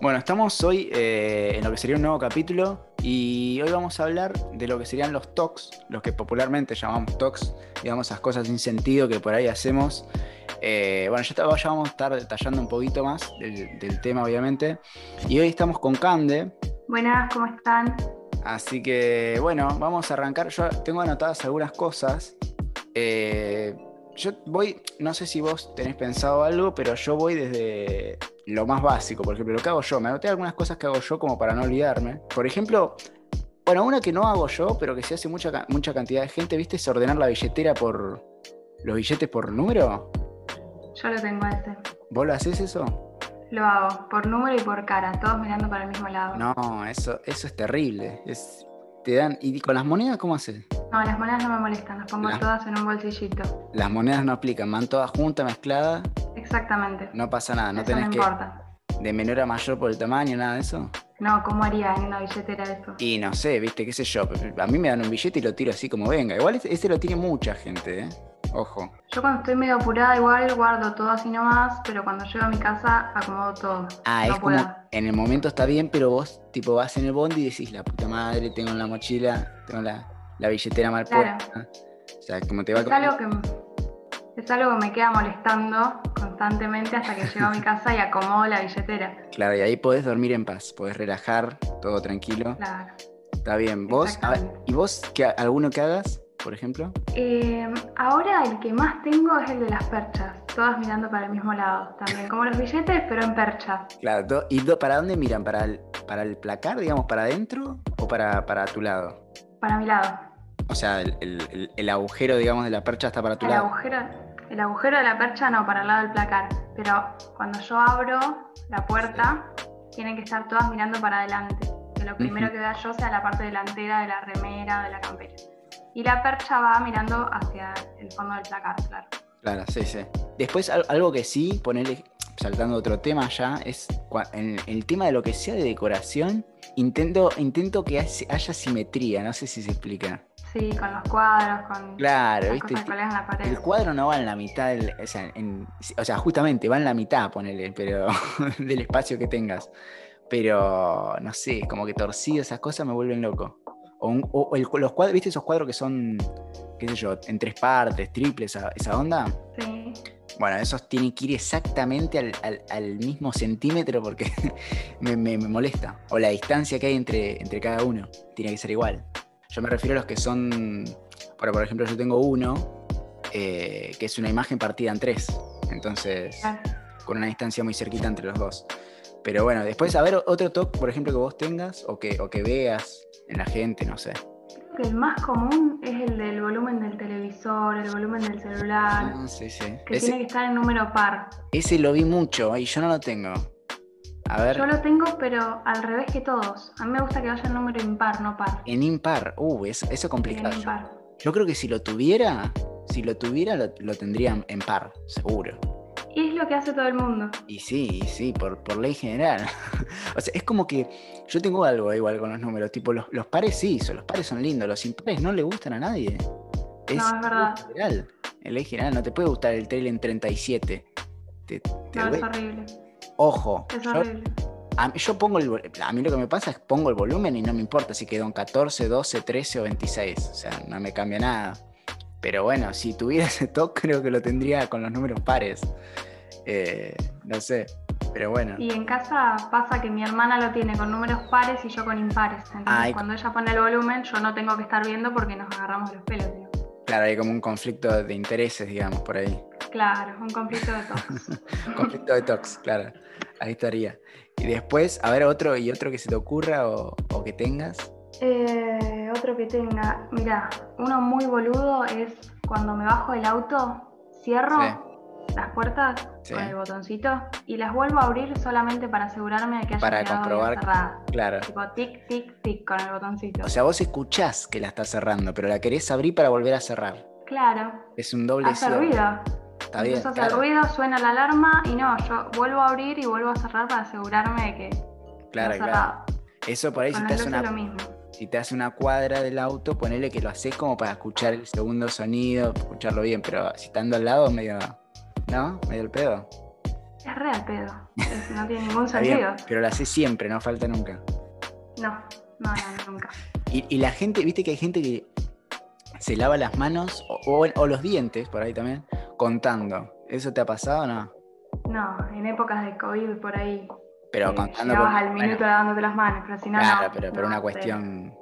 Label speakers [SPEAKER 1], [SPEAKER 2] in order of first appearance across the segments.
[SPEAKER 1] Bueno, estamos hoy eh, en lo que sería un nuevo capítulo y hoy vamos a hablar de lo que serían los talks, los que popularmente llamamos talks, digamos esas cosas sin sentido que por ahí hacemos. Eh, bueno, ya, está- ya vamos a estar detallando un poquito más del, del tema, obviamente. Y hoy estamos con Cande,
[SPEAKER 2] Buenas, ¿cómo están?
[SPEAKER 1] así que bueno, vamos a arrancar. Yo tengo anotadas algunas cosas. Eh, yo voy, no sé si vos tenés pensado algo, pero yo voy desde lo más básico, por ejemplo, lo que hago yo. Me anoté algunas cosas que hago yo como para no olvidarme. Por ejemplo, bueno, una que no hago yo, pero que se hace mucha, ca- mucha cantidad de gente, ¿viste? Es ordenar la billetera por los billetes por número.
[SPEAKER 2] Yo lo tengo este.
[SPEAKER 1] ¿Vos lo haces eso?
[SPEAKER 2] Lo hago por número y por cara, todos mirando para el mismo lado.
[SPEAKER 1] No, eso, eso es terrible. Es, te dan, ¿Y con las monedas cómo haces?
[SPEAKER 2] No, las monedas no me molestan, las pongo
[SPEAKER 1] Las-
[SPEAKER 2] todas en un bolsillito.
[SPEAKER 1] Las monedas no aplican, van todas juntas, mezcladas,
[SPEAKER 2] Exactamente.
[SPEAKER 1] no pasa nada, no
[SPEAKER 2] eso no
[SPEAKER 1] tenés que
[SPEAKER 2] importa.
[SPEAKER 1] de menor a mayor por el tamaño, nada de eso.
[SPEAKER 2] No, ¿cómo haría en una billetera eso?
[SPEAKER 1] Y no sé, viste, qué sé yo. A mí me dan un billete y lo tiro así como venga. Igual ese- ese lo tiene mucha gente, ¿eh? Ojo.
[SPEAKER 2] Yo cuando estoy medio apurada igual guardo todo así nomás, pero cuando llego a mi casa acomodo todo.
[SPEAKER 1] Ah,
[SPEAKER 2] no
[SPEAKER 1] es como
[SPEAKER 2] puedo.
[SPEAKER 1] en el momento está bien, pero vos tipo vas en el bondi y decís, la puta madre, tengo en la mochila, tengo la, la billetera mal
[SPEAKER 2] Claro.
[SPEAKER 1] puesta. O sea, como te va
[SPEAKER 2] Es algo, que, es algo que me queda molestando constantemente hasta que llego a mi casa y acomodo la billetera.
[SPEAKER 1] Claro, y ahí podés dormir en paz, podés relajar, todo tranquilo.
[SPEAKER 2] Claro.
[SPEAKER 1] Está bien. ¿Vos? a ver,
[SPEAKER 2] Exactamente.
[SPEAKER 1] ¿Y vos qué, alguno que hagas, por ejemplo?
[SPEAKER 2] Eh, ahora el que más tengo es el de las perchas, todas mirando para el mismo lado, también como los billetes, pero en perchas.
[SPEAKER 1] Claro, do- ¿y do- para dónde miran? ¿Para el, para el placar, digamos, para adentro o para, para tu lado?
[SPEAKER 2] para mi lado.
[SPEAKER 1] O sea, el, el- el- el agujero, digamos, de la percha está para tu
[SPEAKER 2] El
[SPEAKER 1] lado.
[SPEAKER 2] agujero, el agujero de la percha no, para el lado del placar, pero cuando yo abro la puerta, tienen que estar todas mirando para adelante, que lo primero
[SPEAKER 1] Ujú.
[SPEAKER 2] que vea yo sea la parte delantera de la remera o de la campera. Y la percha va mirando hacia el fondo del placar, claro.
[SPEAKER 1] Claro, sí, sí. Después, al- algo que sí, ponerle, saltando a otro tema ya, es cua- en el tema de lo que sea de decoración, intento, intento que haya haya simetría, no sé si se explica.
[SPEAKER 2] Sí, con los cuadros, con
[SPEAKER 1] Claro,
[SPEAKER 2] las
[SPEAKER 1] ¿viste?
[SPEAKER 2] cosas colgadas en la pared.
[SPEAKER 1] El cuadro no va en la mitad, del- o, sea, en- o sea, justamente va en la mitad, ponele, pero del espacio que tengas. Pero, no sé, como que torcido esas cosas me vuelven loco. O, un- o- o el- los cuadros, ¿viste esos cuadros que son, qué sé yo, en tres partes, triples, esa, esa onda?
[SPEAKER 2] Sí.
[SPEAKER 1] Bueno, esos tienen que ir exactamente al, al- al mismo centímetro porque me, me- me molesta. O la distancia que hay entre, entre cada uno tiene que ser igual. Yo me refiero a los que son. Bueno, por ejemplo, yo tengo uno eh, que es una imagen partida en tres. Entonces,
[SPEAKER 2] claro.
[SPEAKER 1] con una distancia muy cerquita entre los dos. Pero bueno, después, a ver, otro talk, por ejemplo, que vos tengas o que, o que veas en la gente, no sé.
[SPEAKER 2] Creo que el más común es el del volumen del televisor, el volumen del celular,
[SPEAKER 1] Ah, sí, sí.
[SPEAKER 2] que
[SPEAKER 1] Ese,
[SPEAKER 2] tiene que estar en número par.
[SPEAKER 1] ese lo vi mucho y yo no lo tengo. A ver.
[SPEAKER 2] Yo lo tengo, pero al revés que todos. A mí me gusta que vaya en número impar, no par.
[SPEAKER 1] En impar, uh, eso, eso es
[SPEAKER 2] Bien
[SPEAKER 1] complicado.
[SPEAKER 2] impar.
[SPEAKER 1] Yo creo que si lo tuviera, si lo tuviera, lo, lo tendría en par, seguro.
[SPEAKER 2] Y es lo que hace todo el mundo.
[SPEAKER 1] Y sí, y sí, por, por ley general. o sea, es como que yo tengo algo igual con los números, tipo, los, los pares sí, son- los pares son lindos, los impares no le gustan a nadie. Es,
[SPEAKER 2] No, es verdad.
[SPEAKER 1] ley general. En ley general, no te puede gustar el trail en 37. Te, te
[SPEAKER 2] No, es
[SPEAKER 1] duele.
[SPEAKER 2] horrible.
[SPEAKER 1] Ojo,
[SPEAKER 2] Es
[SPEAKER 1] yo-
[SPEAKER 2] horrible.
[SPEAKER 1] a, mí- yo pongo el, vol- a mí lo que me pasa es pongo el volumen y no me importa si quedó en 14, 12, 13 o 26. O sea, no me cambia nada. Pero bueno, si tuviera ese toque, creo que lo tendría con los números pares. Eh, no sé, pero bueno.
[SPEAKER 2] Y en casa pasa que mi hermana lo tiene con números pares y yo con impares. Entonces,
[SPEAKER 1] Ay.
[SPEAKER 2] cuando ella pone el volumen, yo no tengo que estar viendo porque nos agarramos los pelos. digo.
[SPEAKER 1] Claro, hay como un conflicto de intereses, digamos, por ahí.
[SPEAKER 2] Claro, un conflicto de todos.
[SPEAKER 1] Conflicto de tox, claro. Ahí estaría. Y después, a ver, otro y otro que se te ocurra o, o que tengas.
[SPEAKER 2] Eh, otro que tenga, mira, uno muy boludo es cuando me bajo del auto, cierro las puertas
[SPEAKER 1] Sí.
[SPEAKER 2] con el botoncito y las vuelvo a abrir solamente para asegurarme de que haya
[SPEAKER 1] Para
[SPEAKER 2] quedado bien
[SPEAKER 1] comprobar que-
[SPEAKER 2] cerrada.
[SPEAKER 1] Claro.
[SPEAKER 2] Tipo tic, tic, tic con el botoncito.
[SPEAKER 1] O sea, vos escuchás que la estás cerrando, pero la querés abrir para volver a cerrar.
[SPEAKER 2] claro,
[SPEAKER 1] Es un doble
[SPEAKER 2] hace
[SPEAKER 1] cierre.
[SPEAKER 2] ruido.
[SPEAKER 1] Está bien.
[SPEAKER 2] Empiezo a hacer
[SPEAKER 1] claro,
[SPEAKER 2] ruido, suena la alarma y no, yo vuelvo a abrir y vuelvo a cerrar para asegurarme de que
[SPEAKER 1] claro,
[SPEAKER 2] está
[SPEAKER 1] claro.
[SPEAKER 2] cerrado.
[SPEAKER 1] Eso por ahí, si
[SPEAKER 2] Con
[SPEAKER 1] te,
[SPEAKER 2] las
[SPEAKER 1] hace
[SPEAKER 2] luces lo
[SPEAKER 1] una,
[SPEAKER 2] mismo.
[SPEAKER 1] si te hace una cuadra del auto, ponele que lo haces como para escuchar el segundo sonido, escucharlo bien, pero si estando al lado, medio. ¿No? Medio el pedo.
[SPEAKER 2] Es re al pedo. Es- no tiene ningún
[SPEAKER 1] Está bien,
[SPEAKER 2] sentido.
[SPEAKER 1] pero la sé siempre, no falta nunca.
[SPEAKER 2] No, no, no, nunca.
[SPEAKER 1] Y, y la gente, viste que hay gente que se lava las manos o, o- o los dientes, por ahí también, contando. ¿Eso te ha pasado o no?
[SPEAKER 2] No, en épocas de COVID por ahí.
[SPEAKER 1] Pero
[SPEAKER 2] eh,
[SPEAKER 1] contando.
[SPEAKER 2] llegabas
[SPEAKER 1] con-
[SPEAKER 2] al
[SPEAKER 1] bueno,
[SPEAKER 2] minuto dándote las manos, pero si no.
[SPEAKER 1] claro,
[SPEAKER 2] no,
[SPEAKER 1] pero, pero
[SPEAKER 2] no,
[SPEAKER 1] una
[SPEAKER 2] sí.
[SPEAKER 1] cuestión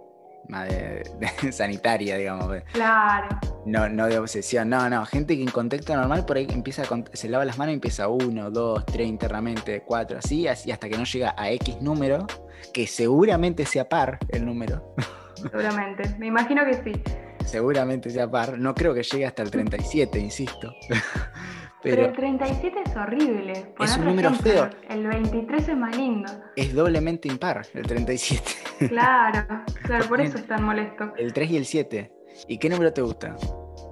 [SPEAKER 1] más de- de sanitaria, digamos. de-
[SPEAKER 2] Claro.
[SPEAKER 1] No, no de obsesión, no, no. Gente que en contexto normal por ahí empieza a cont- se lava las manos y empieza uno, dos, tres internamente, cuatro, así, así hasta que no llega a X número, que seguramente sea par el número,
[SPEAKER 2] Seguramente, me imagino que sí.
[SPEAKER 1] seguramente sea par. No creo que llegue hasta el 37, insisto.
[SPEAKER 2] Pero,
[SPEAKER 1] Pero
[SPEAKER 2] el 37 es horrible. Por
[SPEAKER 1] Es un
[SPEAKER 2] otro
[SPEAKER 1] número
[SPEAKER 2] ejemplo, El 23 es más lindo.
[SPEAKER 1] es doblemente impar el 37,
[SPEAKER 2] Claro, claro, por eso es tan molesto.
[SPEAKER 1] el 3 y el 7. ¿Y qué número te gusta?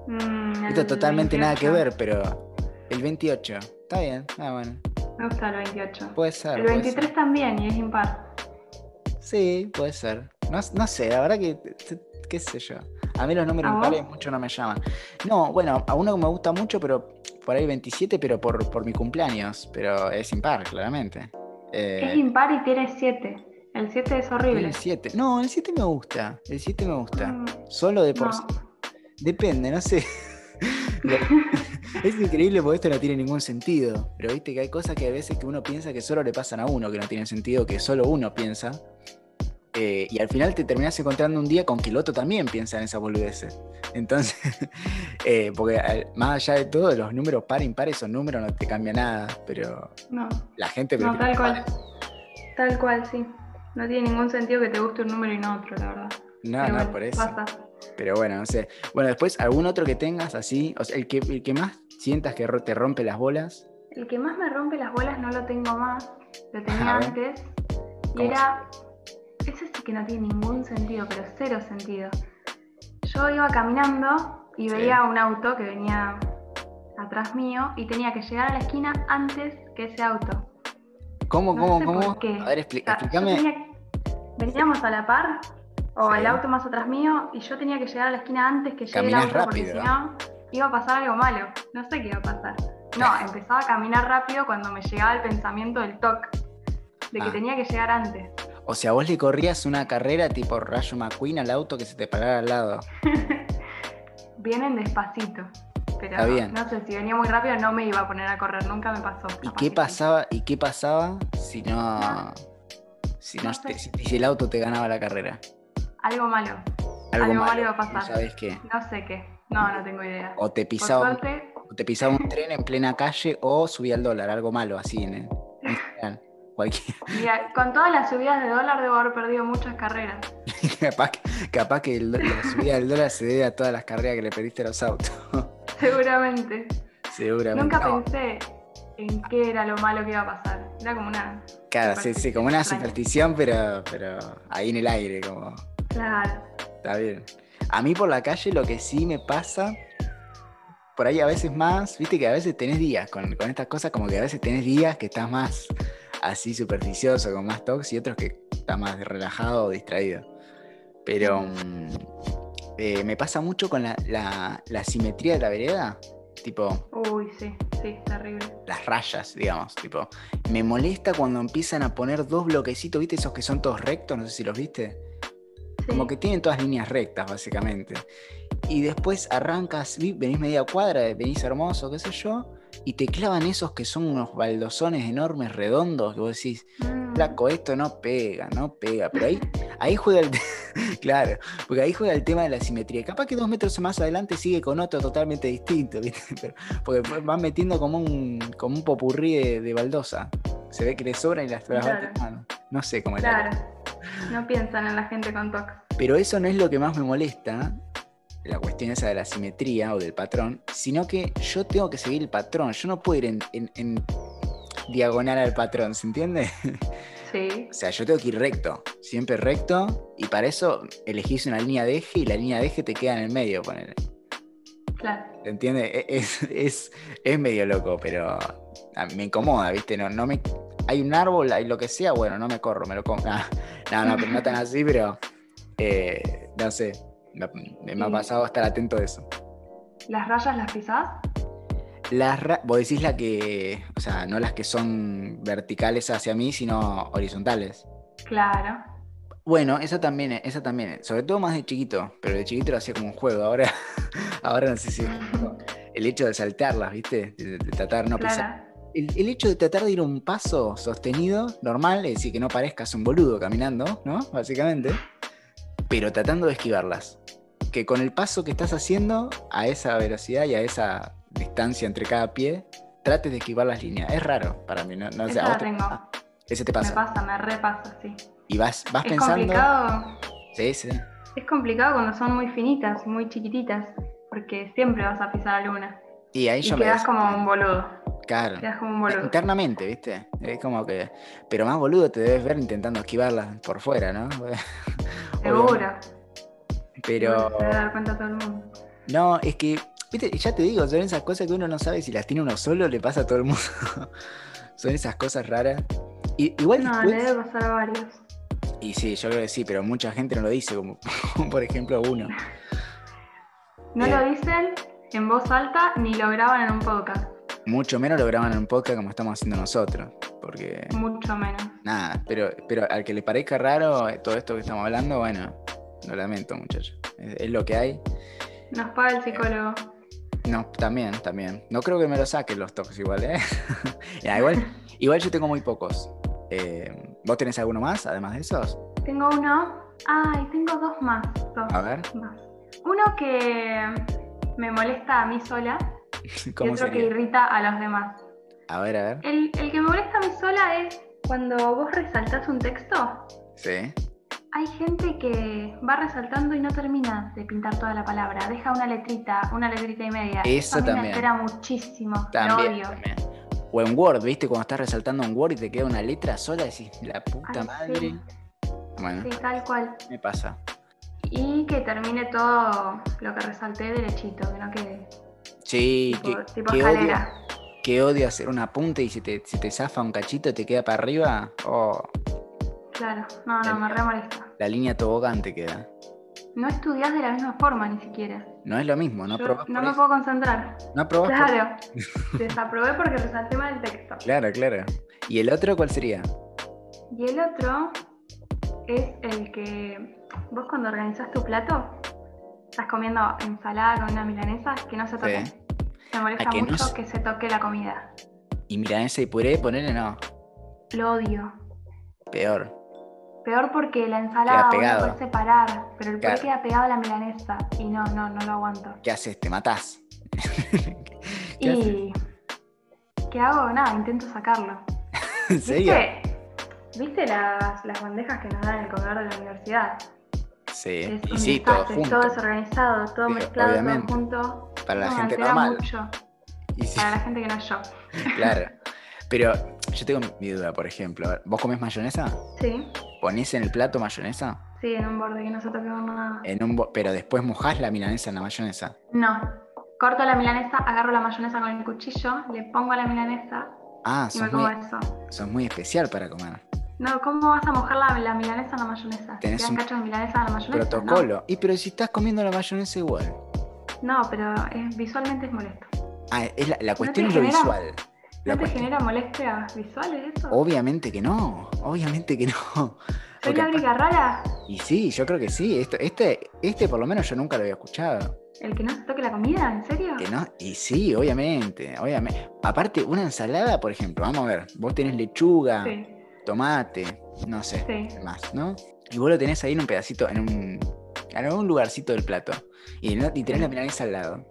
[SPEAKER 2] Mm,
[SPEAKER 1] Esto
[SPEAKER 2] el
[SPEAKER 1] totalmente nada que
[SPEAKER 2] 28.
[SPEAKER 1] ver, pero el 28. Está bien, ah, bueno.
[SPEAKER 2] Me gusta el 28.
[SPEAKER 1] Puede ser.
[SPEAKER 2] El
[SPEAKER 1] puede ser.
[SPEAKER 2] 23 también, y es impar.
[SPEAKER 1] Sí, puede ser. No, no sé, la verdad que, t- t- qué sé yo. A mí los números
[SPEAKER 2] ¿A vos?
[SPEAKER 1] impares mucho no me llaman. No, bueno, a uno que me gusta mucho, pero por ahí 27, pero por, por mi cumpleaños. Pero es impar, claramente.
[SPEAKER 2] Es
[SPEAKER 1] Eh,
[SPEAKER 2] impar y tiene 7. El 7 es horrible.
[SPEAKER 1] el 7. No, el 7 me gusta. El 7 me gusta.
[SPEAKER 2] Mm,
[SPEAKER 1] Solo de por
[SPEAKER 2] no.
[SPEAKER 1] sí. Depende, no sé. es increíble porque esto no tiene ningún sentido. Pero viste que hay cosas que a veces que uno piensa que solo le pasan a uno, que no tienen sentido, que solo uno piensa. Eh, y al final te terminás encontrando un día con que el otro también piensa en esas boludeces. Entonces, eh, porque al- más allá de todo, los números par impares, esos números no te cambia nada, pero
[SPEAKER 2] No,
[SPEAKER 1] la gente
[SPEAKER 2] no,
[SPEAKER 1] prefiere
[SPEAKER 2] tal
[SPEAKER 1] pares.
[SPEAKER 2] cual. Tal cual, sí. No tiene ningún sentido que te guste un número y no otro, la verdad.
[SPEAKER 1] No,
[SPEAKER 2] Pero
[SPEAKER 1] Ah, no,
[SPEAKER 2] bueno,
[SPEAKER 1] por eso.
[SPEAKER 2] pasa.
[SPEAKER 1] Pero bueno, no sé. Bueno, después, ¿algún otro que tengas así? O sea, el que, el que más sientas que ro- te rompe las bolas.
[SPEAKER 2] El que más me rompe las bolas no lo tengo más, lo
[SPEAKER 1] A
[SPEAKER 2] tenía
[SPEAKER 1] ver.
[SPEAKER 2] antes. Y
[SPEAKER 1] ¿Cómo
[SPEAKER 2] era. Eso sí que no tiene ningún sentido, pero cero sentido. Yo iba caminando y
[SPEAKER 1] Sí.
[SPEAKER 2] veía un auto que venía atrás mío y tenía que llegar a la esquina antes que ese auto.
[SPEAKER 1] ¿Cómo,
[SPEAKER 2] No
[SPEAKER 1] cómo,
[SPEAKER 2] sé
[SPEAKER 1] cómo?
[SPEAKER 2] por qué.
[SPEAKER 1] A ver, expli-
[SPEAKER 2] O sea, Ah, yo
[SPEAKER 1] explícame.
[SPEAKER 2] tenía- veníamos a la par, o
[SPEAKER 1] Sí.
[SPEAKER 2] el auto más atrás mío, y yo tenía que llegar a la esquina antes que llegue
[SPEAKER 1] Caminás
[SPEAKER 2] el auto, porque
[SPEAKER 1] rápido.
[SPEAKER 2] si no, iba a pasar algo malo. No sé qué iba a pasar. No, empezaba a caminar rápido cuando me llegaba el pensamiento del toque, de que
[SPEAKER 1] Ah.
[SPEAKER 2] tenía que llegar antes.
[SPEAKER 1] O sea, vos le corrías una carrera tipo Rayo McQueen al auto que se te parara al lado.
[SPEAKER 2] Vienen despacito. Pero
[SPEAKER 1] Está bien.
[SPEAKER 2] no sé, si venía muy rápido no me iba a poner a correr, nunca me pasó.
[SPEAKER 1] ¿Y
[SPEAKER 2] capaz
[SPEAKER 1] qué
[SPEAKER 2] que sí.
[SPEAKER 1] pasaba? ¿Y qué pasaba si no,
[SPEAKER 2] Nada.
[SPEAKER 1] si no
[SPEAKER 2] No
[SPEAKER 1] te-
[SPEAKER 2] sé.
[SPEAKER 1] si el auto te ganaba la carrera?
[SPEAKER 2] Algo malo, Algo malo iba a pasar.
[SPEAKER 1] no ¿Sabes qué?
[SPEAKER 2] no sé qué. No, no tengo idea.
[SPEAKER 1] O te
[SPEAKER 2] Por
[SPEAKER 1] pisaba, un-
[SPEAKER 2] suerte,
[SPEAKER 1] o te pisaba un tren en plena calle o subía el dólar, algo malo así en, el- en general. Cualquier,
[SPEAKER 2] mira, con todas las subidas de dólar debo haber perdido muchas carreras.
[SPEAKER 1] capaz, que- capaz que el do- la subida del dólar se debe a todas las carreras que le pediste a los autos.
[SPEAKER 2] Seguramente.
[SPEAKER 1] Seguramente.
[SPEAKER 2] Nunca
[SPEAKER 1] No,
[SPEAKER 2] pensé en qué era lo malo que iba a pasar. Era como una.
[SPEAKER 1] Claro, sí, sí, como una
[SPEAKER 2] Extraño.
[SPEAKER 1] superstición, pero, pero ahí en el aire, como.
[SPEAKER 2] Claro.
[SPEAKER 1] Está bien. A mí por la calle lo que sí me pasa, por ahí a veces más, viste que a veces tenés días con, con estas cosas, como que a veces tenés días que estás más así supersticioso, con más tox, y otros que estás más relajado o distraído. Pero mm, eh, me pasa mucho con la, la- la simetría de la vereda, tipo
[SPEAKER 2] Uy, sí, sí, terrible.
[SPEAKER 1] las rayas, digamos, tipo. Me molesta cuando empiezan a poner dos bloquecitos, viste, esos que son todos rectos, no sé si los viste.
[SPEAKER 2] Sí.
[SPEAKER 1] Como que tienen todas líneas rectas, básicamente. Y después arrancas, vi- venís media cuadra, venís hermoso, qué sé yo, y te clavan esos que son unos baldosones enormes, redondos, que vos decís,
[SPEAKER 2] Mm,
[SPEAKER 1] flaco, esto no pega, no pega. Pero ahí, ahí juega el. te- claro, porque ahí juega el tema de la simetría. Capaz que dos metros más adelante sigue con otro totalmente distinto, ¿viste? Pero- porque van metiendo como un, como un popurrí de, de baldosa. Se ve que le sobran y las, las van
[SPEAKER 2] Claro.
[SPEAKER 1] tomando. No sé cómo es la
[SPEAKER 2] Claro. No piensan en la gente con TOC.
[SPEAKER 1] pero eso no es lo que más me molesta, la cuestión esa de la simetría o del patrón, sino que yo tengo que seguir el patrón. Yo no puedo ir en, en- en diagonal al patrón, ¿se entiende?
[SPEAKER 2] Sí.
[SPEAKER 1] O sea, yo tengo que ir recto, siempre recto, y para eso elegís una línea de eje y la línea de eje te queda en el medio, ponele.
[SPEAKER 2] Claro.
[SPEAKER 1] ¿Se entiende? E- Es, es, es medio loco, pero a- me incomoda, ¿viste? No, no me, hay un árbol, hay lo que sea, bueno, no me corro, me lo como. Nah, No, no, pero no tan así, pero eh, no sé. Me, me ha
[SPEAKER 2] Sí.
[SPEAKER 1] pasado estar atento de eso.
[SPEAKER 2] ¿Las rayas las pisás?
[SPEAKER 1] Las ra- vos decís la que, o sea, no las que son verticales hacia mí, sino horizontales.
[SPEAKER 2] Claro.
[SPEAKER 1] Bueno, esa también, es- esa también, es. sobre todo más de chiquito, pero de chiquito lo hacía como un juego, ahora, ahora no sé si el hecho de saltarlas, ¿viste? De, de tratar de no pisar.
[SPEAKER 2] Mm. Claro.
[SPEAKER 1] El, el hecho de tratar de ir un paso sostenido, normal, es decir, que no parezcas un boludo caminando, ¿no? Básicamente, pero tratando de esquivarlas. Que con el paso que estás haciendo, a esa velocidad y a esa distancia entre cada pie, trates de esquivar las líneas. Es raro para mí, ¿no? no sé,
[SPEAKER 2] Eso
[SPEAKER 1] a vos
[SPEAKER 2] lo
[SPEAKER 1] te-
[SPEAKER 2] tengo.
[SPEAKER 1] ah, ese te
[SPEAKER 2] Me
[SPEAKER 1] pasa.
[SPEAKER 2] pasa, me repasa, sí.
[SPEAKER 1] Y vas, vas
[SPEAKER 2] Es
[SPEAKER 1] pensando.
[SPEAKER 2] complicado.
[SPEAKER 1] Sí, sí.
[SPEAKER 2] Es complicado cuando son muy finitas, muy chiquititas, porque siempre vas a pisar alguna.
[SPEAKER 1] Y ahí
[SPEAKER 2] Y
[SPEAKER 1] yo me.
[SPEAKER 2] quedas
[SPEAKER 1] des-
[SPEAKER 2] como un boludo.
[SPEAKER 1] Claro.
[SPEAKER 2] Quedas como un boludo.
[SPEAKER 1] Internamente, ¿viste? Es como que. Pero más boludo te debes ver intentando esquivarlas por fuera, ¿no?
[SPEAKER 2] Seguro.
[SPEAKER 1] Pero.
[SPEAKER 2] Se debe dar cuenta todo el mundo.
[SPEAKER 1] No, es que, viste, ya te digo, son esas cosas que uno no sabe si las tiene uno solo, le pasa a todo el mundo. son esas cosas raras. Y, pues? igual
[SPEAKER 2] No, le
[SPEAKER 1] después-
[SPEAKER 2] debe pasar a varios.
[SPEAKER 1] Y sí, yo creo que sí, pero mucha gente no lo dice, como, como por ejemplo uno.
[SPEAKER 2] No
[SPEAKER 1] Eh.
[SPEAKER 2] lo dicen en voz alta ni lo graban en un podcast,
[SPEAKER 1] Mucho menos lo graban en un podcast como estamos haciendo nosotros. Porque,
[SPEAKER 2] mucho menos.
[SPEAKER 1] nada, pero, pero al que le parezca raro eh, todo esto que estamos hablando, bueno, lo lamento, muchachos. Es, es lo que hay.
[SPEAKER 2] Nos paga el psicólogo.
[SPEAKER 1] No, también, también. No creo que me lo saquen los toques igual, ¿eh? Ya, igual, igual yo tengo muy pocos. Eh, ¿Vos tenés alguno más, además de esos?
[SPEAKER 2] Tengo uno. Ay, tengo dos más. Dos
[SPEAKER 1] A ver,
[SPEAKER 2] más. Uno que me molesta a mí sola y
[SPEAKER 1] ¿cómo
[SPEAKER 2] otro que
[SPEAKER 1] sería?
[SPEAKER 2] irrita a los demás.
[SPEAKER 1] A ver, a ver.
[SPEAKER 2] El, el que me molesta a mí sola es cuando vos resaltás un texto.
[SPEAKER 1] Sí.
[SPEAKER 2] Hay gente que va resaltando y no termina de pintar toda la palabra. Deja una letrita, una letrita y media.
[SPEAKER 1] Eso
[SPEAKER 2] a mí
[SPEAKER 1] también.
[SPEAKER 2] me altera muchísimo. lo
[SPEAKER 1] También,
[SPEAKER 2] odio.
[SPEAKER 1] también. O en Word, ¿viste? Cuando estás resaltando un Word y te queda una letra sola, decís, la puta
[SPEAKER 2] Ay,
[SPEAKER 1] madre.
[SPEAKER 2] sí.
[SPEAKER 1] Bueno,
[SPEAKER 2] Sí, tal cual.
[SPEAKER 1] me pasa.
[SPEAKER 2] Y que termine todo lo que resalté derechito, que no quede
[SPEAKER 1] Sí,
[SPEAKER 2] tipo,
[SPEAKER 1] que,
[SPEAKER 2] tipo
[SPEAKER 1] que odio,
[SPEAKER 2] escalera.
[SPEAKER 1] que odio hacer un apunte y si te, si te zafa un cachito te queda para arriba, oh,
[SPEAKER 2] Claro, no, no, me re molesta.
[SPEAKER 1] la línea tobogán te queda.
[SPEAKER 2] No estudias de la misma forma ni siquiera.
[SPEAKER 1] No es lo mismo, no
[SPEAKER 2] Yo
[SPEAKER 1] probás
[SPEAKER 2] no
[SPEAKER 1] por
[SPEAKER 2] me
[SPEAKER 1] eso.
[SPEAKER 2] puedo concentrar.
[SPEAKER 1] No probás por-
[SPEAKER 2] Claro, desaprobé porque resalté mal el texto.
[SPEAKER 1] Claro, claro. ¿Y el otro cuál sería?
[SPEAKER 2] Y el otro es el que vos cuando organizás tu plato, estás comiendo ensalada con una milanesa, que no se toque.
[SPEAKER 1] Sí.
[SPEAKER 2] Me molesta
[SPEAKER 1] Ah, que no
[SPEAKER 2] mucho
[SPEAKER 1] se-
[SPEAKER 2] que se toque la comida.
[SPEAKER 1] Y mira, ese puré, ponerle no.
[SPEAKER 2] Lo odio.
[SPEAKER 1] Peor.
[SPEAKER 2] Peor porque la ensalada vos la
[SPEAKER 1] pegado.
[SPEAKER 2] podés separar, pero el puré
[SPEAKER 1] Claro.
[SPEAKER 2] queda pegado a la milanesa. Y no, no, no lo aguanto.
[SPEAKER 1] ¿Qué haces? Te matás. ¿Qué haces?
[SPEAKER 2] y ¿qué hago? Nada, intento sacarlo.
[SPEAKER 1] ¿En serio?
[SPEAKER 2] ¿Viste, viste las, las bandejas que nos dan en el comedor de la universidad?
[SPEAKER 1] Sí.
[SPEAKER 2] Es
[SPEAKER 1] Y
[SPEAKER 2] un
[SPEAKER 1] sí, todo
[SPEAKER 2] desastre,
[SPEAKER 1] junto.
[SPEAKER 2] todo desorganizado, todo
[SPEAKER 1] Sí,
[SPEAKER 2] mezclado,
[SPEAKER 1] obviamente.
[SPEAKER 2] todo junto.
[SPEAKER 1] Para la
[SPEAKER 2] Eso me
[SPEAKER 1] gente
[SPEAKER 2] altera
[SPEAKER 1] normal.
[SPEAKER 2] mucho,
[SPEAKER 1] Y sí,
[SPEAKER 2] para la gente que no es yo.
[SPEAKER 1] claro. Pero yo tengo mi duda, por ejemplo. A ver, ¿Vos comés mayonesa?
[SPEAKER 2] Sí,
[SPEAKER 1] ¿Ponés en el plato mayonesa?
[SPEAKER 2] sí, en un borde que no se toque con nada.
[SPEAKER 1] En un bo- Pero después mojás la milanesa en la mayonesa.
[SPEAKER 2] No, corto la milanesa, agarro la mayonesa con el cuchillo, le pongo a la milanesa
[SPEAKER 1] Ah,
[SPEAKER 2] y me
[SPEAKER 1] sos
[SPEAKER 2] como
[SPEAKER 1] muy,
[SPEAKER 2] eso.
[SPEAKER 1] sos muy especial para comer.
[SPEAKER 2] No, ¿cómo vas a mojar la, la milanesa en la mayonesa?
[SPEAKER 1] Tenés
[SPEAKER 2] ¿Quedan
[SPEAKER 1] un
[SPEAKER 2] cachos de milanesa en la mayonesa? No.
[SPEAKER 1] Protocolo. Y pero si estás comiendo la mayonesa igual.
[SPEAKER 2] No, pero es- visualmente es molesto.
[SPEAKER 1] Ah, es la, la cuestión
[SPEAKER 2] te
[SPEAKER 1] es lo
[SPEAKER 2] genera-
[SPEAKER 1] visual. La
[SPEAKER 2] ¿No te
[SPEAKER 1] cuestión-
[SPEAKER 2] genera molestias visuales eso?
[SPEAKER 1] Obviamente que no, obviamente que no.
[SPEAKER 2] ¿Soy
[SPEAKER 1] porque
[SPEAKER 2] la única rara?
[SPEAKER 1] Y sí, yo creo que sí. Esto, este, este por lo menos yo nunca lo había escuchado.
[SPEAKER 2] ¿El que no se toque la comida? ¿En serio?
[SPEAKER 1] Que no, y sí, obviamente, obviamente. Aparte, una ensalada, por ejemplo, vamos a ver, vos tenés lechuga,
[SPEAKER 2] Sí,
[SPEAKER 1] tomate, no sé,
[SPEAKER 2] sí.
[SPEAKER 1] más, ¿no? Y vos lo tenés ahí en un pedacito, en un. en algún lugarcito del plato. Y, no- y tenés la milanesa al lado.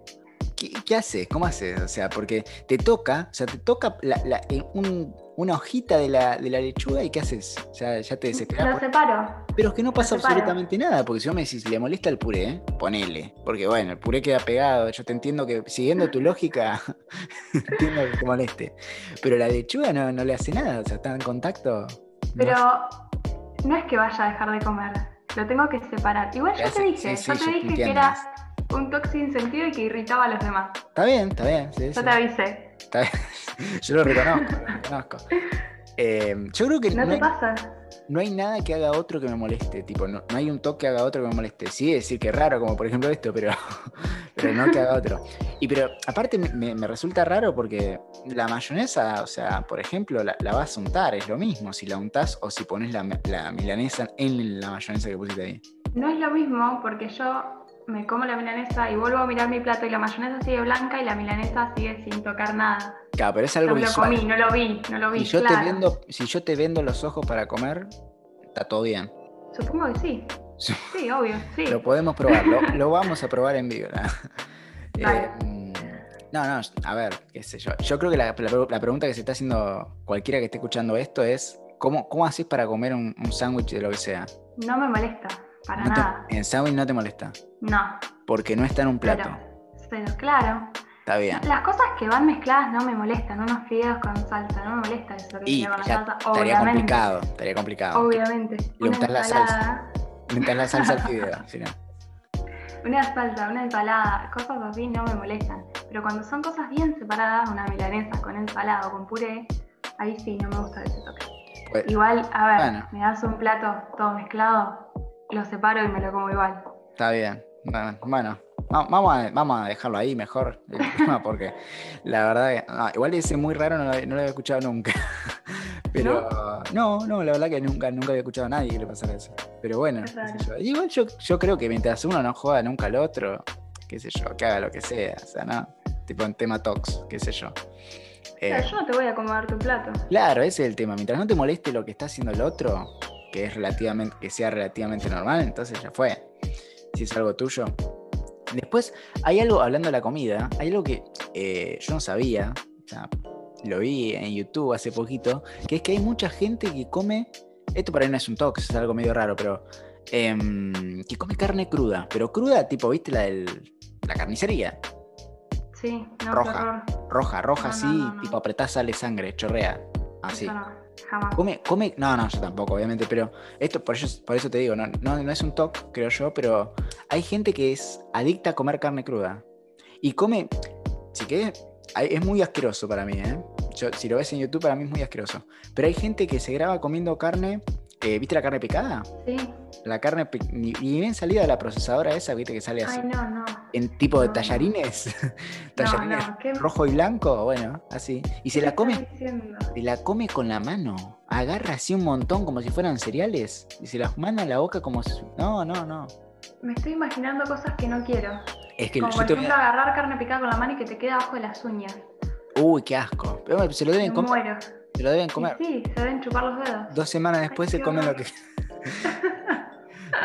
[SPEAKER 1] ¿Qué, qué haces? ¿Cómo haces? O sea, porque te toca, o sea, te toca la- la- eh, un- una hojita de la, de la lechuga y ¿qué haces? O sea, ya te desesperás.
[SPEAKER 2] Lo
[SPEAKER 1] por-
[SPEAKER 2] separo.
[SPEAKER 1] Pero es que no pasa
[SPEAKER 2] separo.
[SPEAKER 1] absolutamente nada, porque si vos me decís, le molesta el puré, ponele. Porque bueno, el puré queda pegado, yo te entiendo que siguiendo tu lógica, entiendo que te moleste. Pero la lechuga no, no le hace nada, o sea, está en contacto. no hace-
[SPEAKER 2] Pero no es que vaya a dejar de comer. Lo tengo que separar. Igual
[SPEAKER 1] Ya
[SPEAKER 2] yo te
[SPEAKER 1] sé,
[SPEAKER 2] dije,
[SPEAKER 1] sí,
[SPEAKER 2] yo
[SPEAKER 1] sí, yo
[SPEAKER 2] te
[SPEAKER 1] te
[SPEAKER 2] dije que
[SPEAKER 1] entiendo.
[SPEAKER 2] era un toque sin sentido y que irritaba a los demás.
[SPEAKER 1] Está bien, está bien. sí,
[SPEAKER 2] Yo
[SPEAKER 1] sí.
[SPEAKER 2] te avisé.
[SPEAKER 1] Está bien. Yo lo reconozco, lo reconozco. Eh, yo creo que
[SPEAKER 2] ¿No,
[SPEAKER 1] no
[SPEAKER 2] te
[SPEAKER 1] hay-
[SPEAKER 2] pasa?
[SPEAKER 1] no hay nada que haga otro que me moleste. Tipo, no, no hay un toque que haga otro que me moleste. Sí, es decir que es raro, como por ejemplo esto, pero, pero no que haga otro. Y pero aparte me- me, me resulta raro porque la mayonesa, o sea, por ejemplo, la, la vas a untar, es lo mismo si la untás o si pones la, la milanesa en la mayonesa que pusiste ahí.
[SPEAKER 2] No es lo mismo porque yo me como la milanesa y vuelvo a mirar mi plato y la mayonesa sigue blanca y la milanesa sigue sin tocar nada.
[SPEAKER 1] Claro, pero es
[SPEAKER 2] No
[SPEAKER 1] algo
[SPEAKER 2] lo
[SPEAKER 1] visual.
[SPEAKER 2] comí, no lo vi, no lo vi.
[SPEAKER 1] si, yo
[SPEAKER 2] claro.
[SPEAKER 1] te vendo, si yo te vendo los ojos para comer, está todo bien.
[SPEAKER 2] Supongo que sí.
[SPEAKER 1] Sí.
[SPEAKER 2] Sí, obvio, sí.
[SPEAKER 1] Lo podemos probar, lo, lo vamos a probar en vivo. ¿no?
[SPEAKER 2] Vale.
[SPEAKER 1] Eh, no, no, a ver, qué sé yo. Yo creo que la, la- la pregunta que se está haciendo cualquiera que esté escuchando esto es, ¿cómo, cómo haces para comer un, un sándwich de lo que sea?
[SPEAKER 2] No me molesta, para
[SPEAKER 1] No te-
[SPEAKER 2] nada.
[SPEAKER 1] el sándwich no te molesta,
[SPEAKER 2] No,
[SPEAKER 1] porque no está en un plato.
[SPEAKER 2] pero, pero claro.
[SPEAKER 1] Está bien.
[SPEAKER 2] Las cosas que van mezcladas no me molestan, unos fideos con salsa, no me molesta eso que
[SPEAKER 1] Y
[SPEAKER 2] queda con la
[SPEAKER 1] ya
[SPEAKER 2] salsa,
[SPEAKER 1] estaría
[SPEAKER 2] obviamente.
[SPEAKER 1] complicado, estaría complicado.
[SPEAKER 2] Obviamente.
[SPEAKER 1] Le
[SPEAKER 2] una
[SPEAKER 1] untás la
[SPEAKER 2] ensalada,
[SPEAKER 1] Mientras la salsa al fideo, si no.
[SPEAKER 2] Una salsa, una ensalada, cosas así no me molestan. Pero cuando son cosas bien separadas, una milanesa con ensalada o con puré, ahí sí no me gusta ese toque.
[SPEAKER 1] Pues,
[SPEAKER 2] Igual, a ver,
[SPEAKER 1] Bueno.
[SPEAKER 2] me das un plato todo mezclado, lo separo y me lo como igual.
[SPEAKER 1] Está bien. Bueno, bueno, va- vamos a, vamos a dejarlo ahí mejor, el tema, porque la verdad que. no, igual ese muy raro no lo, no lo había escuchado nunca. Pero. ¿No? no, la verdad que nunca, nunca había escuchado a nadie que le pasara eso. Pero bueno,
[SPEAKER 2] Es
[SPEAKER 1] qué
[SPEAKER 2] raro.
[SPEAKER 1] sé yo. Igual yo, yo creo que mientras uno no juega nunca al otro, qué sé yo, que haga lo que sea, o sea, ¿no? Tipo en tema tox, qué sé yo. Eh,
[SPEAKER 2] Claro, yo no te voy a acomodar tu plato.
[SPEAKER 1] Claro, ese es el tema. Mientras no te moleste lo que está haciendo el otro, que es relativamente, que sea relativamente normal, entonces ya fue. Si es algo tuyo. Después, hay algo, hablando de la comida, hay algo que eh, yo no sabía, o sea, lo vi en YouTube hace poquito, que es que hay mucha gente que come. Esto para mí no es un tox, es algo medio raro, pero. em, que come carne cruda. Pero cruda, tipo, ¿viste la del. La carnicería.
[SPEAKER 2] Sí, no,
[SPEAKER 1] Roja.
[SPEAKER 2] qué horror.
[SPEAKER 1] Roja, roja
[SPEAKER 2] No, no,
[SPEAKER 1] así,
[SPEAKER 2] no, no.
[SPEAKER 1] tipo apretás, sale sangre, chorrea. Así.
[SPEAKER 2] Eso no, jamás.
[SPEAKER 1] Come, come, no, no, yo tampoco, obviamente, pero esto por eso, por eso te digo, no, no, no es un TOC, creo yo, pero hay gente que es adicta a comer carne cruda. Y come, si que es muy asqueroso para mí, ¿eh? Yo, si lo ves en YouTube, para mí es muy asqueroso. Pero hay gente que se graba comiendo carne, eh, ¿viste la carne picada?
[SPEAKER 2] Sí,
[SPEAKER 1] La carne, pi- ni, ni bien salida de la procesadora esa, ¿viste? Que sale así,
[SPEAKER 2] ay, no, no.
[SPEAKER 1] en tipo de
[SPEAKER 2] no.
[SPEAKER 1] tallarines,
[SPEAKER 2] No,
[SPEAKER 1] tallarines
[SPEAKER 2] no, ¿qué
[SPEAKER 1] rojo y blanco, bueno, así. Y se
[SPEAKER 2] qué
[SPEAKER 1] la
[SPEAKER 2] estás
[SPEAKER 1] come
[SPEAKER 2] diciendo?
[SPEAKER 1] se la come con la mano. Agarra así un montón como si fueran cereales y se las manda a la boca como si... No, no, no.
[SPEAKER 2] Me estoy imaginando cosas que no quiero.
[SPEAKER 1] Es que
[SPEAKER 2] Como
[SPEAKER 1] yo
[SPEAKER 2] por
[SPEAKER 1] te voy
[SPEAKER 2] ejemplo
[SPEAKER 1] a-
[SPEAKER 2] agarrar carne picada con la mano y que te queda abajo de las uñas.
[SPEAKER 1] Uy, qué asco. Pero bueno, se lo
[SPEAKER 2] Me
[SPEAKER 1] deben comer.
[SPEAKER 2] muero.
[SPEAKER 1] Se lo deben
[SPEAKER 2] Y
[SPEAKER 1] comer.
[SPEAKER 2] sí, se deben chupar los dedos.
[SPEAKER 1] Dos semanas después
[SPEAKER 2] Ay,
[SPEAKER 1] se
[SPEAKER 2] qué
[SPEAKER 1] comen lo
[SPEAKER 2] horror.
[SPEAKER 1] que...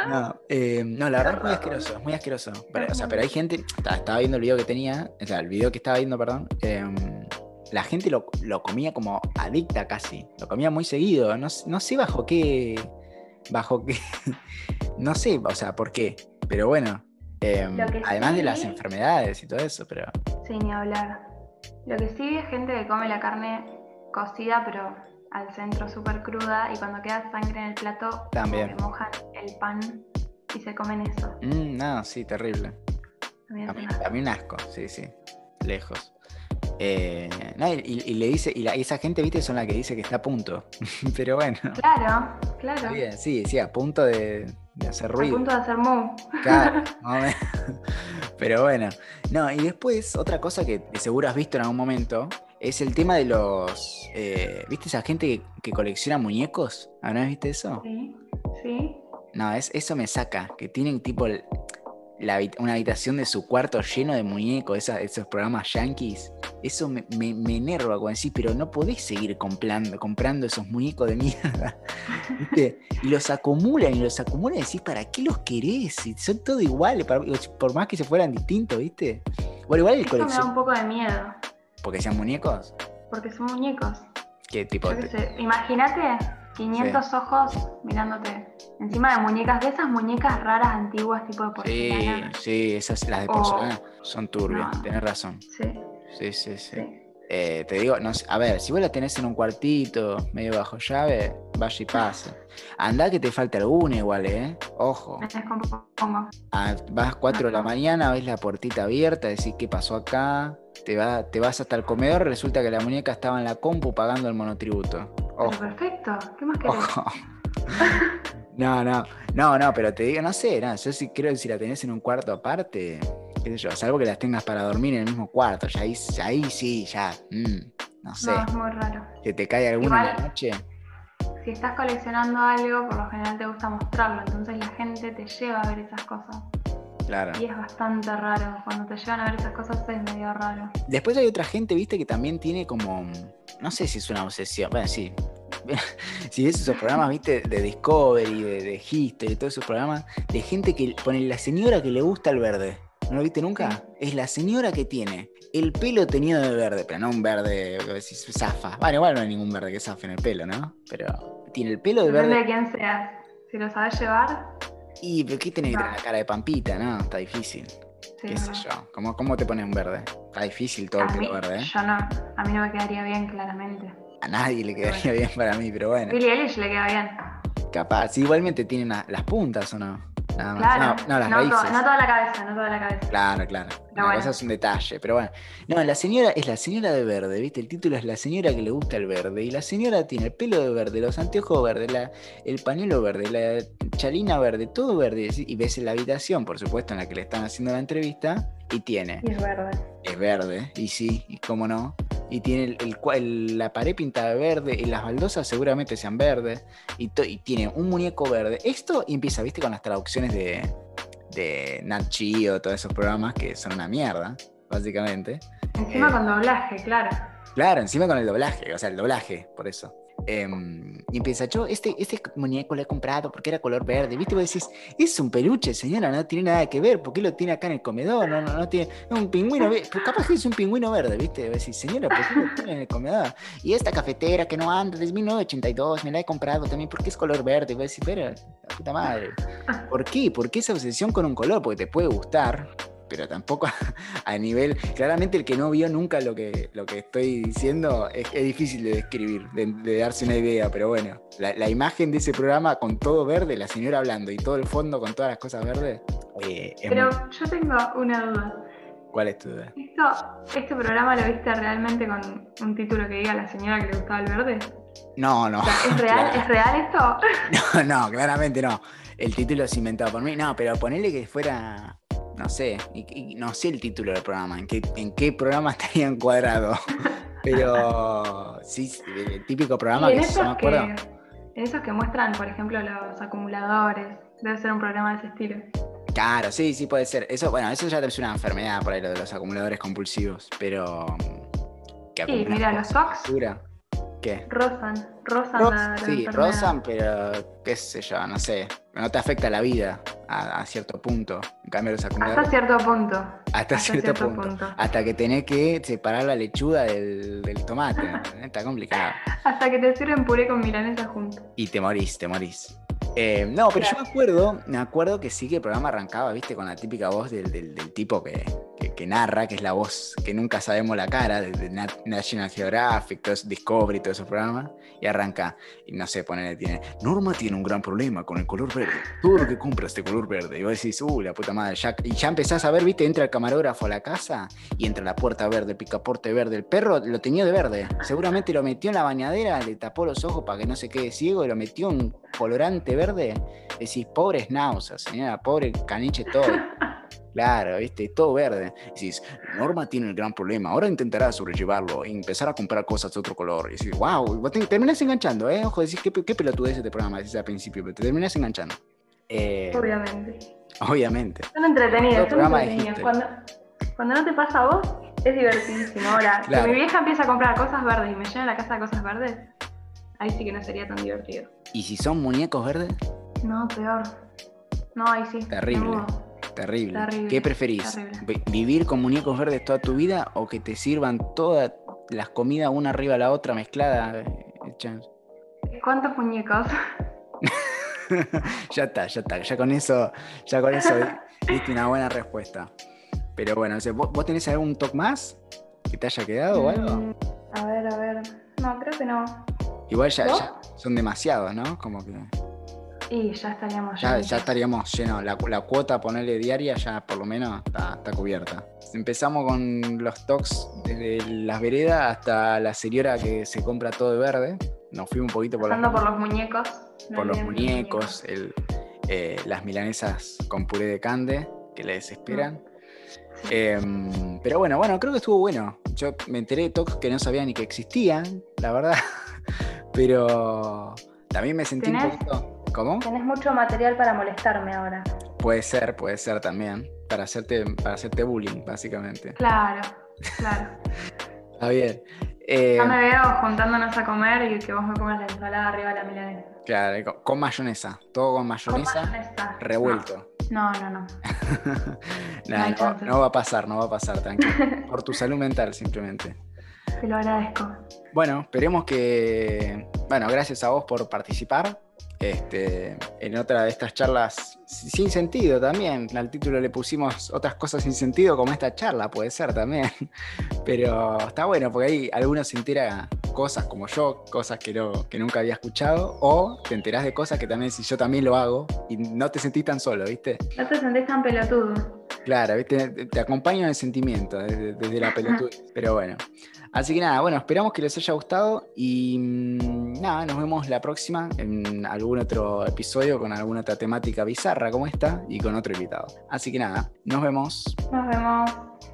[SPEAKER 1] No, eh, no, la verdad es muy asqueroso, es muy asqueroso. Pero, o sea, pero hay gente, ta- estaba viendo el video que tenía, o sea, el video que estaba viendo, perdón, em, la gente lo, lo comía como adicta casi, lo comía muy seguido, no, s- no sé bajo qué, bajo qué, no sé, o sea, por qué, pero bueno, em,
[SPEAKER 2] Lo que
[SPEAKER 1] además de las
[SPEAKER 2] sí-
[SPEAKER 1] enfermedades y todo eso, pero
[SPEAKER 2] Sí, ni hablar. Lo que sí es gente que come la carne cocida, pero al centro súper cruda, y cuando queda sangre en el plato, como
[SPEAKER 1] También.
[SPEAKER 2] que mojan el pan y se comen eso.
[SPEAKER 1] mm, no, sí, terrible.
[SPEAKER 2] También
[SPEAKER 1] A
[SPEAKER 2] es
[SPEAKER 1] mí,
[SPEAKER 2] una-
[SPEAKER 1] a mí un asco, sí, sí. Lejos. Eh, no, y, y le dice, y la- y esa gente, viste, son la que dice que está a punto. Pero bueno,
[SPEAKER 2] Claro, claro.
[SPEAKER 1] está bien, sí, sí, a punto de, de hacer
[SPEAKER 2] A
[SPEAKER 1] ruido.
[SPEAKER 2] punto de hacer mu.
[SPEAKER 1] Claro, más o menos. Pero bueno. No, y después, otra cosa que de seguro has visto en algún momento, es el tema de los. eh, ¿Viste esa gente que, que colecciona muñecos? ¿Alguna vez viste eso?
[SPEAKER 2] Sí, sí.
[SPEAKER 1] No, es, eso me saca, que tienen tipo el- la habit- una habitación de su cuarto lleno de muñecos, esa- esos programas yankees. Eso me, me, me enerva cuando decís, pero no podés seguir comprando, comprando esos muñecos de mierda. ¿Viste? Y los acumulan y los acumulan y decís, ¿para qué los querés? Si son todos iguales, para- por más que se fueran distintos, ¿viste? Bueno, igual el
[SPEAKER 2] Eso me da
[SPEAKER 1] colección,
[SPEAKER 2] un poco de miedo,
[SPEAKER 1] porque sean muñecos,
[SPEAKER 2] porque son muñecos.
[SPEAKER 1] que tipo,
[SPEAKER 2] Yo qué
[SPEAKER 1] te-
[SPEAKER 2] sé, imagínate 500 ojos mirándote. Encima de muñecas, de esas muñecas raras, antiguas, tipo de
[SPEAKER 1] Sí,
[SPEAKER 2] porcelana.
[SPEAKER 1] sí, esas, las de
[SPEAKER 2] O-
[SPEAKER 1] porcelana son turbias,
[SPEAKER 2] No.
[SPEAKER 1] tenés razón.
[SPEAKER 2] Sí,
[SPEAKER 1] Sí, sí, sí.
[SPEAKER 2] sí.
[SPEAKER 1] Eh, te digo, no sé, a ver, si vos la tenés en un cuartito, medio bajo llave, vaya y pase. Andá que te falta alguna igual, ¿eh? Ojo.
[SPEAKER 2] Me descompongo.
[SPEAKER 1] Ah, vas 4 de la mañana, ves la puertita abierta, decís qué pasó acá. te, va, te vas hasta el comedor, resulta que la muñeca estaba en la compu pagando el monotributo.
[SPEAKER 2] Pero
[SPEAKER 1] Ojo,
[SPEAKER 2] perfecto. ¿Qué más querés?
[SPEAKER 1] ojo. No, no, no, no, pero te digo, no sé, no, yo sí creo que si la tenés en un cuarto aparte, qué sé yo, salvo que las tengas para dormir en el mismo cuarto, ya ahí, ya ahí sí, ya, mm, no sé,
[SPEAKER 2] No, es muy raro.
[SPEAKER 1] que te cae alguna en la
[SPEAKER 2] Igual.
[SPEAKER 1] noche.
[SPEAKER 2] Si estás coleccionando algo, por lo general te gusta mostrarlo, entonces la gente te lleva a ver esas cosas.
[SPEAKER 1] Claro.
[SPEAKER 2] Y es bastante raro. Cuando te llevan a ver esas cosas es medio raro.
[SPEAKER 1] Después hay otra gente, viste, que también tiene como. No sé si es una obsesión. Bueno, sí. Si ves esos programas, viste, de Discovery, de, de History, todos esos programas, de gente que pone la señora que le gusta el verde. ¿No lo viste nunca? Es la señora que tiene el pelo teñido de verde, pero no un verde que decís, zafa. Bueno, igual no hay ningún verde que zafe en el pelo, ¿no? Pero tiene el pelo de
[SPEAKER 2] Depende de
[SPEAKER 1] verde.
[SPEAKER 2] quién seas. Si lo sabes llevar,
[SPEAKER 1] Y, ¿pero qué tiene que tener la cara de Pampita? No, está difícil.
[SPEAKER 2] sí.
[SPEAKER 1] ¿Qué
[SPEAKER 2] es
[SPEAKER 1] sé
[SPEAKER 2] verdad.
[SPEAKER 1] yo? ¿Cómo, cómo te pones un verde? Está difícil todo el
[SPEAKER 2] a mí,
[SPEAKER 1] pelo verde, ¿eh?
[SPEAKER 2] yo no, a mí no me quedaría bien, claramente.
[SPEAKER 1] A nadie le quedaría bien para mí, pero bueno.
[SPEAKER 2] Billie Eilish le queda bien.
[SPEAKER 1] Capaz, igualmente tienen la- las puntas o no. Nada más.
[SPEAKER 2] Claro.
[SPEAKER 1] No, no, las
[SPEAKER 2] to-
[SPEAKER 1] raíces.
[SPEAKER 2] no toda la cabeza, no toda la cabeza.
[SPEAKER 1] Claro, claro. Una
[SPEAKER 2] bueno.
[SPEAKER 1] cosa es un detalle, pero bueno. No, la señora es la señora de verde, ¿viste? El título es La señora que le gusta el verde. Y la señora tiene el pelo de verde, los anteojos verdes, la- el pañuelo verde, la chalina verde, todo verde. Y ves en la habitación, por supuesto, en la que le están haciendo la entrevista, y tiene
[SPEAKER 2] Y es verde.
[SPEAKER 1] es verde, y sí, y cómo no. Y tiene el, el cua- el- la pared pintada de verde, y las baldosas seguramente sean verdes, y, to- y tiene un muñeco verde. Esto y empieza, viste, con las traducciones de, de Nat Geo, todos esos programas que son una mierda, básicamente.
[SPEAKER 2] Encima
[SPEAKER 1] Eh.
[SPEAKER 2] con doblaje, claro.
[SPEAKER 1] Claro, encima con el doblaje, o sea, el doblaje, por eso. Em, y empieza, yo este, este muñeco lo he comprado porque era color verde, ¿viste? Y vos decís, es un peluche, señora, no tiene nada que ver, ¿por qué lo tiene acá en el comedor? No, no, no tiene, es un pingüino, ve- pero capaz que es un pingüino verde, ¿viste? Y vos decís, señora, ¿por qué lo tiene en el comedor? Y esta cafetera que no anda desde 1982, me la he comprado también porque es color verde, y vos decís, pero, la puta madre, ¿por qué? ¿Por qué esa obsesión con un color? Porque te puede gustar, pero tampoco a nivel. Claramente el que no vio nunca lo que, lo que estoy diciendo es, es difícil de describir, de, de darse una idea, pero bueno, la, la imagen de ese programa con todo verde, la señora hablando y todo el fondo con todas las cosas verdes, eh, es
[SPEAKER 2] Pero
[SPEAKER 1] muy-
[SPEAKER 2] yo tengo una duda.
[SPEAKER 1] ¿cuál es tu duda?
[SPEAKER 2] ¿Esto, ¿Este programa lo viste realmente con un título que diga la señora que le gustaba el verde?
[SPEAKER 1] No, no.
[SPEAKER 2] O sea, ¿Es real, ¿es real esto?
[SPEAKER 1] No, no, claramente no. El título es inventado por mí. No, pero ponerle que fuera. No sé. y- y no sé el título del programa. ¿En qué, en qué programa estaría encuadrado? Pero. Sí, el típico programa que
[SPEAKER 2] Y en,
[SPEAKER 1] no me
[SPEAKER 2] esos que,
[SPEAKER 1] acuerdo.
[SPEAKER 2] en esos que muestran, por ejemplo, los acumuladores, debe ser un programa de ese estilo.
[SPEAKER 1] Claro, sí, sí puede ser. Eso, bueno, eso ya es una enfermedad por ahí, lo de los acumuladores compulsivos, pero. mm, Que
[SPEAKER 2] Sí,
[SPEAKER 1] acumulan
[SPEAKER 2] mira, los
[SPEAKER 1] cosas,
[SPEAKER 2] Sox.
[SPEAKER 1] basura. ¿Qué?
[SPEAKER 2] Rosan, Rosan
[SPEAKER 1] Ros-
[SPEAKER 2] la, la
[SPEAKER 1] sí,
[SPEAKER 2] enfermedad.
[SPEAKER 1] rozan, pero qué sé yo, no sé. No te afecta la vida a, a cierto punto. En cambio, los
[SPEAKER 2] Hasta
[SPEAKER 1] acumuladores.
[SPEAKER 2] cierto punto.
[SPEAKER 1] Hasta, cierto, punto. Hasta que tenés que separar la lechuga del, del tomate. ¿eh? Está complicado.
[SPEAKER 2] Hasta que te sirven puré con milanesa juntos.
[SPEAKER 1] Y te morís, te morís. Eh, no, pero yo me acuerdo, me acuerdo que sí que el programa arrancaba, viste, con la típica voz del, del- del tipo que, que- que narra, que es la voz que nunca sabemos la cara, de, de Nat- National Geographic, todo eso, Discovery, todos esos programas, y arranca, y no sé, ponele, tiene, Norma tiene un gran problema con el color verde, todo lo que compra es de color verde, y vos decís, uh, la puta madre, ya, y ya empezás a ver, viste, entra el camarógrafo a la casa, y entra la puerta verde, el picaporte verde. El perro lo tenía de verde. Seguramente lo metió en la bañadera, le tapó los ojos para que no se quede ciego y lo metió un colorante verde. Decís, pobre schnauzer, señora, pobre caniche todo. Claro, viste, todo verde. Decís, Norma tiene el gran problema, ahora intentará sobrellevarlo y empezar a comprar cosas de otro color. Y decís, wow, y vos te terminás enganchando, ¿eh? Ojo, decís, qué, pe- qué pelotudez este programa, decís al principio, pero te terminás enganchando. Eh,
[SPEAKER 2] Obviamente.
[SPEAKER 1] obviamente.
[SPEAKER 2] Son entretenidos,
[SPEAKER 1] Otro
[SPEAKER 2] son
[SPEAKER 1] programa de
[SPEAKER 2] entretenidos.
[SPEAKER 1] hipster.
[SPEAKER 2] Cuando, cuando no te pasa a vos, es divertidísimo. Ahora,
[SPEAKER 1] Claro.
[SPEAKER 2] si mi vieja empieza a comprar cosas verdes y me llena la casa de cosas verdes, ahí sí que no sería tan divertido.
[SPEAKER 1] ¿Y si son muñecos verdes?
[SPEAKER 2] No, peor. No, ahí sí.
[SPEAKER 1] Terrible.
[SPEAKER 2] me mudo.
[SPEAKER 1] Terrible.
[SPEAKER 2] Terrible,
[SPEAKER 1] ¿Qué preferís?
[SPEAKER 2] terrible.
[SPEAKER 1] Vi- ¿Vivir con muñecos verdes toda tu vida o que te sirvan todas las comidas una arriba a la otra mezclada? eh, hechas?
[SPEAKER 2] ¿Cuántos muñecos?
[SPEAKER 1] ya está, ya está. Ya con eso, ya con eso di- diste una buena respuesta. Pero bueno, o sea, ¿vo- ¿vos, tenés algún toque más que te haya quedado o algo?
[SPEAKER 2] Mm, A ver, a ver. No, creo que no.
[SPEAKER 1] Igual ya,
[SPEAKER 2] ¿no?
[SPEAKER 1] ya son demasiados, ¿no? Como que.
[SPEAKER 2] Y ya estaríamos
[SPEAKER 1] Ya,
[SPEAKER 2] llenos.
[SPEAKER 1] ya estaríamos llenos. La, la cuota, ponerle diaria, ya por lo menos está, está cubierta. Empezamos con los tocs desde las veredas hasta la señora que se compra todo de verde. Nos fuimos un poquito por, las-
[SPEAKER 2] Pasando por los muñecos. no
[SPEAKER 1] por los
[SPEAKER 2] olvidemos
[SPEAKER 1] muñecos, el- eh, las milanesas con puré de cande que le desesperan.
[SPEAKER 2] Ah. Sí.
[SPEAKER 1] Em, pero bueno, bueno, creo que estuvo bueno. Yo me enteré de tocs que no sabía ni que existían, la verdad. Pero también me sentí un
[SPEAKER 2] ¿Tenés?
[SPEAKER 1] poquito. ¿Cómo?
[SPEAKER 2] Tenés mucho material para molestarme ahora.
[SPEAKER 1] Puede ser, puede ser también. Para hacerte, para hacerte bullying, básicamente.
[SPEAKER 2] Claro, claro.
[SPEAKER 1] Está bien. Eh,
[SPEAKER 2] Ya me veo juntándonos a comer y que vos me comas la ensalada arriba de la milanesa.
[SPEAKER 1] claro, con, con mayonesa. Todo con
[SPEAKER 2] Con
[SPEAKER 1] mayonesa
[SPEAKER 2] mayonesa.
[SPEAKER 1] revuelto.
[SPEAKER 2] No, no, no.
[SPEAKER 1] Nah,
[SPEAKER 2] hay
[SPEAKER 1] no,
[SPEAKER 2] chance.
[SPEAKER 1] no va a pasar, no va a pasar, tranquilo. Por tu salud mental, simplemente.
[SPEAKER 2] Te lo agradezco.
[SPEAKER 1] Bueno, esperemos que. Bueno, gracias a vos por participar. Este, en otra de estas charlas si- sin sentido también. Al título le pusimos otras cosas sin sentido, como esta charla, puede ser también. Pero está bueno, porque ahí algunos se entera cosas como yo, cosas que, no- que nunca había escuchado, o te enterás de cosas que también, si yo también lo hago, y no te sentís tan solo, ¿viste?
[SPEAKER 2] No te sentís tan pelotudo.
[SPEAKER 1] Claro, ¿viste? te acompaño en el sentimiento, desde, desde la pelotudez. Pero bueno. Así que nada, bueno, esperamos que les haya gustado y mm, nada, nos vemos la próxima en algún otro episodio con alguna otra temática bizarra como esta y con otro invitado. Así que nada, nos vemos.
[SPEAKER 2] Nos vemos.